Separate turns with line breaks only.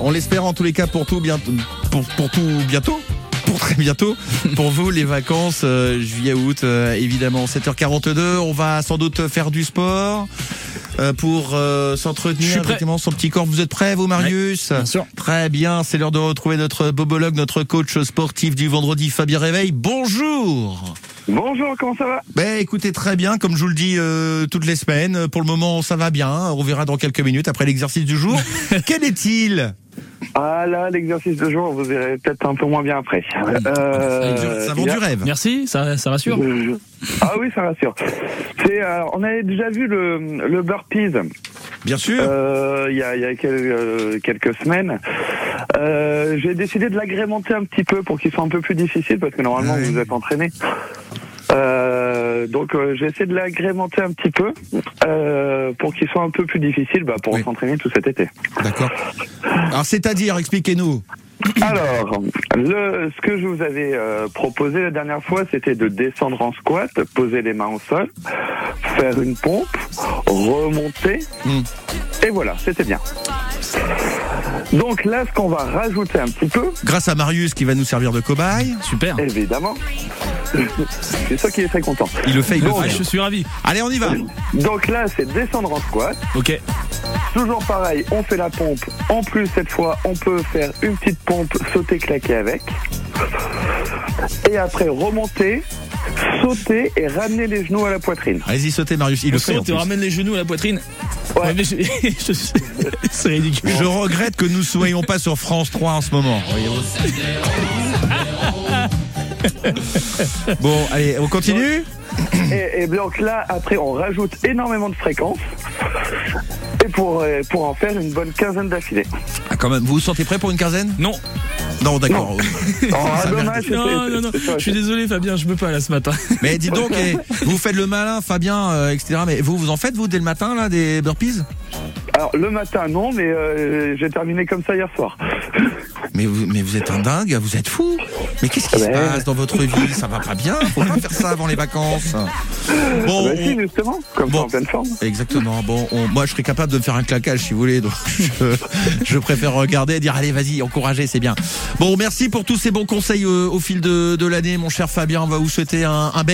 On l'espère en tous les cas pour tout bientôt, pour, pour tout bientôt. Pour très bientôt, pour vous les vacances euh, juillet-août, euh, évidemment 7h42, on va sans doute faire du sport euh, pour euh,
Je suis
s'entretenir
prêt.
effectivement son petit corps. Vous êtes prêts vous Marius
bien sûr.
Très bien, c'est l'heure de retrouver notre bobologue, notre coach sportif du vendredi, Fabien Réveil. Bonjour
Bonjour, comment ça va
Ben écoutez très bien, comme je vous le dis euh, toutes les semaines, pour le moment ça va bien, on verra dans quelques minutes après l'exercice du jour. Quel est-il
Ah là, l'exercice de jour, vous irez peut-être un peu moins bien après. Euh,
Ah Ça vend du rêve.
Merci, ça, ça rassure.
Euh, Ah oui, ça rassure. C'est, euh, on avait déjà vu le, le burpees
Ah. Bien sûr.
euh, il y a, il y a quel- euh, quelques semaines. Euh, J'ai décidé de l'agrémenter un petit peu pour qu'il soit un peu plus difficile parce que normalement
Ouais.
vous êtes entraîné. Euh, donc euh, j'ai essayé de l'agrémenter un petit peu euh, pour qu'il soit un peu plus difficile bah, pour
Oui.
s'entraîner tout cet été.
D'accord. Alors c'est-à-dire, expliquez-nous.
Alors, le, ce que je vous avais euh, proposé la dernière fois, c'était de descendre en squat, poser les mains au sol, faire une pompe, remonter,
Hmm.
et voilà, c'était bien. Donc là, ce qu'on va rajouter un petit peu,
Grâce à Marius qui va nous servir de cobaye,
Super.
évidemment, c'est ça qui est très content.
il le fait, il le
Non,
Ah,
fait. hein.
je suis ravi.
Allez, on y va.
Donc là, c'est descendre en squat.
Ok.
Toujours pareil, on fait la pompe. En plus, cette fois, on peut faire une petite pompe, sauter, claquer avec. Et après, remonter, sauter et ramener les genoux à la poitrine.
Allez-y, sautez Marius, il le fait. en
Saute et
plus.
ramène les genoux à la poitrine.
Ouais.
mais je- je- C'est ridicule.
Je regrette que nous soyons pas sur France 3 en ce moment. Bon, allez, on continue
Et, et donc là, après, on rajoute énormément de fréquences. Et pour, euh, pour en faire une bonne quinzaine d'affilée.
ah, Quand même, vous vous sentez prêt pour une quinzaine
Non,
Non, d'accord.
Ah,
Ça
dommage, c'était-
non, non, non.
c'était-
Je suis désolé, Fabien, je peux pas là ce matin.
Mais dites donc, eh, vous faites le malin, Fabien, euh, etc. Mais vous, vous en faites, vous, dès le matin, là, des burpees
Alors, le matin, non, mais euh, j'ai terminé comme ça hier soir.
mais vous, mais vous êtes un dingue, vous êtes fou. Mais qu'est-ce qui se
Ouais.
passe dans votre vie Ça va pas bien, faut pas faire ça avant les vacances. Bon,
Bah,
on-
si, justement, comme
Bon.
ça, en pleine forme.
Exactement. Bon, on- moi, je serais capable de me faire un claquage si vous voulez. Donc, je, je préfère regarder et dire allez, vas-y, encouragez, c'est bien. Bon, merci pour tous ces bons conseils euh, au, fil de, de l'année, mon cher Fabien. On va vous souhaiter un, un bel